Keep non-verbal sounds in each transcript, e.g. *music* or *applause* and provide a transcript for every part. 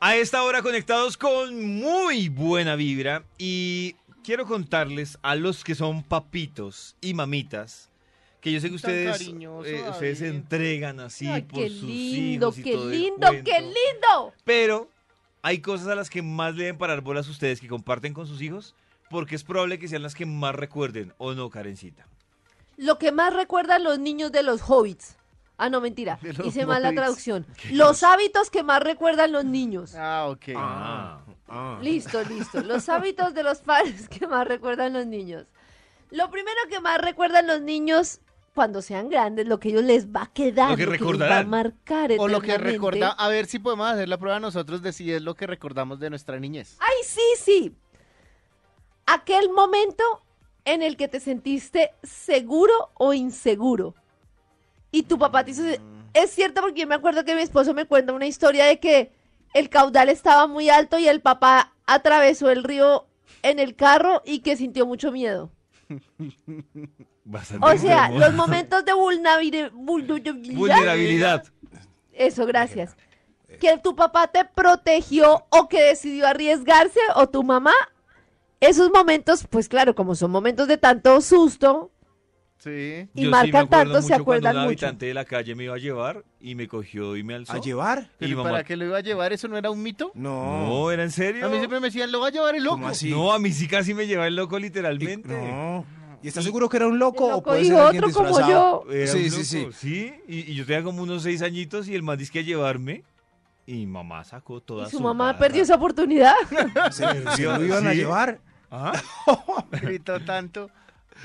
A esta hora conectados con muy buena vibra y quiero contarles a los que son papitos y mamitas que yo sé que Tan ustedes, cariñoso, eh, ustedes se David. entregan así Ay, por qué sus lindo, hijos y qué todo el lindo, qué cuento. lindo. Pero hay cosas a las que más le deben parar bolas ustedes que comparten con sus hijos porque es probable que sean las que más recuerden o no, Karencita. Lo que más recuerdan los niños de los hobbits. Ah, no, mentira. *laughs* De los Hice mal la hobbits. *laughs* traducción. Los hábitos que más recuerdan los niños. Ah, ok. Listo, listo. Los hábitos de los padres que más recuerdan los niños. Lo primero que más recuerdan los niños cuando sean grandes, lo que ellos les va a quedar, Lo que les va a recordarán. marcar O lo que eternamente. recorda, a ver si podemos hacer la prueba nosotros de si es lo que recordamos de nuestra niñez. Ay, sí, sí. Aquel momento en el que te sentiste seguro o inseguro. Y tu papá te hizo... Mm. Es cierto porque yo me acuerdo que mi esposo me cuenta una historia de que el caudal estaba muy alto y el papá atravesó el río en el carro y que sintió mucho miedo. Bastante O sea, enfermo. los momentos de vulnerabil- vulnerabilidad. vulnerabilidad. Eso, gracias. Que tu papá te protegió o que decidió arriesgarse o tu mamá. Esos momentos, pues claro, como son momentos de tanto susto, Sí. Y Yo sí me marcan acuerdo tanto, se mucho acuerdan cuando un mucho. habitante de la calle me iba a llevar y me cogió y me alzó. ¿A llevar? Y Pero ¿y mamá- ¿Para qué lo iba a llevar? ¿Eso no era un mito? No. No, ¿era en serio? A mí siempre me decían, lo va a llevar el loco. ¿Cómo así? No, a mí sí casi me lleva el loco Y- literalmente. no. ¿Y estás seguro que era un loco, el o loco puede dijo ser alguien otro como disfrazado? yo. Era Sí, un sí, loco, sí. Sí, y, y yo tenía como unos seis añitos y el man dice que a llevarme y mamá sacó toda Y su mamá barra. perdió esa oportunidad. *laughs* ¿Se, se lo iban *laughs* a Sí. ¿Ah? llevar? Ajá. *laughs* Gritó tanto.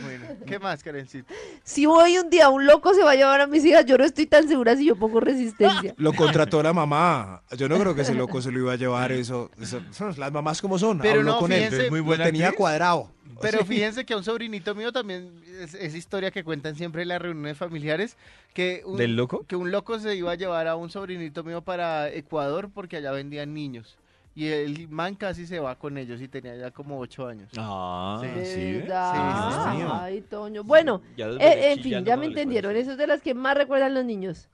Bueno, ¿qué más, Karencita? Si hoy un día un loco se va a llevar a mis hijas, yo no estoy tan segura si yo pongo resistencia. Lo contrató la mamá. Yo no creo *laughs* que ese loco se lo iba a llevar. Eso, eso- eso- las mamás como son. Pero Habló no, con fíjense, él. muy Lo buena tenía actriz. cuadrado. Pero Sí. fíjense que a un sobrinito mío también es, es historia que cuentan siempre en las reuniones familiares que un, ¿Del loco? que un loco se iba a llevar a un sobrinito mío para Ecuador porque allá vendían niños. Y el man casi se va con ellos y tenía ya como ocho años. Ah, Sí. sí. ¿Verdad? Sí, Dios mío. Ay, Toño. Bueno, Ya los Eh, veré en fin, chillando ya cuando me les entendieron. cuente. Eso es de las que más recuerdan los niños.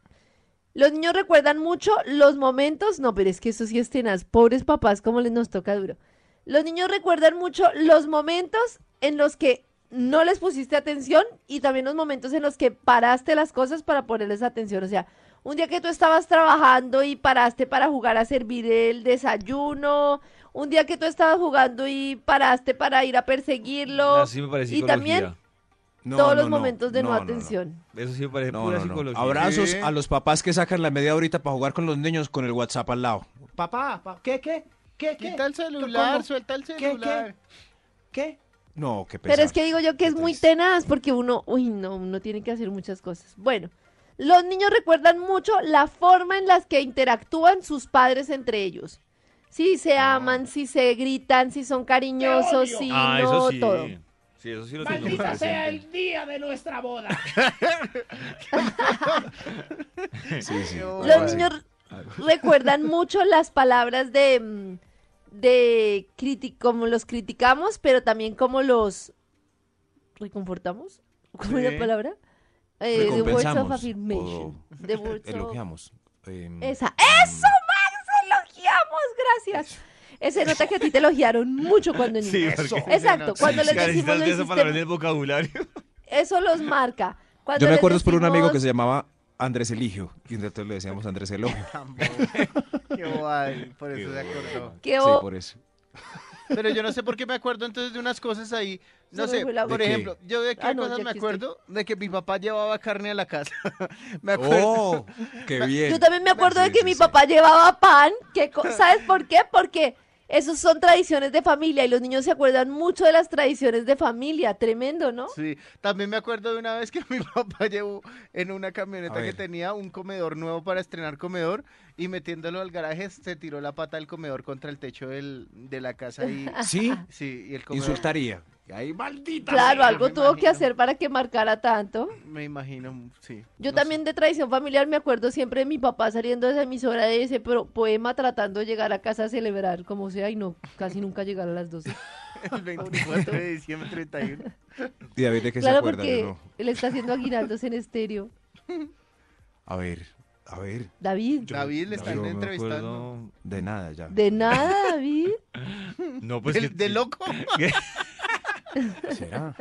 Los niños recuerdan mucho los momentos. No, pero es que eso sí es tenaz. Pobres papás, como les nos toca duro. Los niños recuerdan mucho los momentos en los que no les pusiste atención y también los momentos en los que paraste las cosas para ponerles atención. O sea, un día que tú estabas trabajando y paraste para jugar a servir el desayuno. Un día que tú estabas jugando y paraste para ir a perseguirlo. Así me parece Y también- psicología. No, todos no, los no. momentos de no, No, no, no. atención. Eso sí me parece No, pura no, no. psicología. Abrazos Sí. a los papás que sacan la media horita para jugar con los niños con el WhatsApp al lado. Papá, pa- ¿qué, qué? ¿Qué, Quita el celular, ¿Cómo? suelta el qué? celular. ¿Qué? No, qué pesar. Pero es que digo yo que Qué es muy triste. tenaz porque uno, uy, no, uno tiene que hacer muchas cosas. Bueno, los niños recuerdan mucho la forma en las que interactúan sus padres entre ellos. Si se aman, si se gritan, si son cariñosos, si Ah, no, eso sí. todo. Sí, eso sí lo tengo Maldita sea presente. el día de nuestra boda. Sí, sí. Los Los Ay. niños recuerdan mucho las palabras de, mm, de criti- como los criticamos, pero también como los reconfortamos. ¿Cómo es la Sí. palabra? Eh, the words of Recompensamos, affirmation. The *laughs* eh, words of- Elogiamos. em, Esa. ¡Eso, Max! ¡Elogiamos! Gracias. Ese nota que a ti te elogiaron mucho cuando niño. Sí, porque- Exacto, cuando les Karencita decimos lo tiene esa palabra en hiciste- el vocabulario. eso los marca. Cuando Yo me les acuerdo es por un amigo que decimos- se llamaba Andrés Eligio. Y entonces le decíamos Andrés Elogio. Tambo. Qué guay, por eso se acordó. que Sí, o- por eso. Pero yo no sé por qué me acuerdo entonces de unas cosas ahí. No Se me sé, fue la por ¿De qué? ejemplo, yo de qué Ah, no, cosas ya me aquí acuerdo de que mi papá llevaba carne a la casa. *laughs* me acuerdo. ¡Oh! ¡Qué bien! Yo también me acuerdo de Sí, que sí, mi sí. papá llevaba pan. Que, co- ¿Sabes por qué? Porque esos son tradiciones de familia y los niños se acuerdan mucho de las tradiciones de familia. Tremendo, ¿no? Sí, también me acuerdo de una vez que *laughs* mi papá llevó en una A camioneta que ver. tenía un comedor nuevo para estrenar comedor y metiéndolo al garaje se tiró la pata del comedor contra el techo del- de la casa *laughs* y Sí, sí, y el comedor. insultaría. Claro, me algo tuvo que imagino. hacer para que marcara tanto. Me imagino, sí. Yo no también de tradición familiar me acuerdo siempre de mi papá saliendo de esa emisora de ese pro- poema tratando de llegar a casa a celebrar como sea y no, casi nunca llegar a las 12. sé, El 24 de diciembre 31. ¿Y David de qué se claro, acuerda? Yo porque no. él está haciendo aguinaldos en estéreo. A ver. A ver, David. David le Yo están me entrevistando. acuerdo- de nada ya. De *laughs* nada, David. No, pues Del- que- de loco. ¿Será?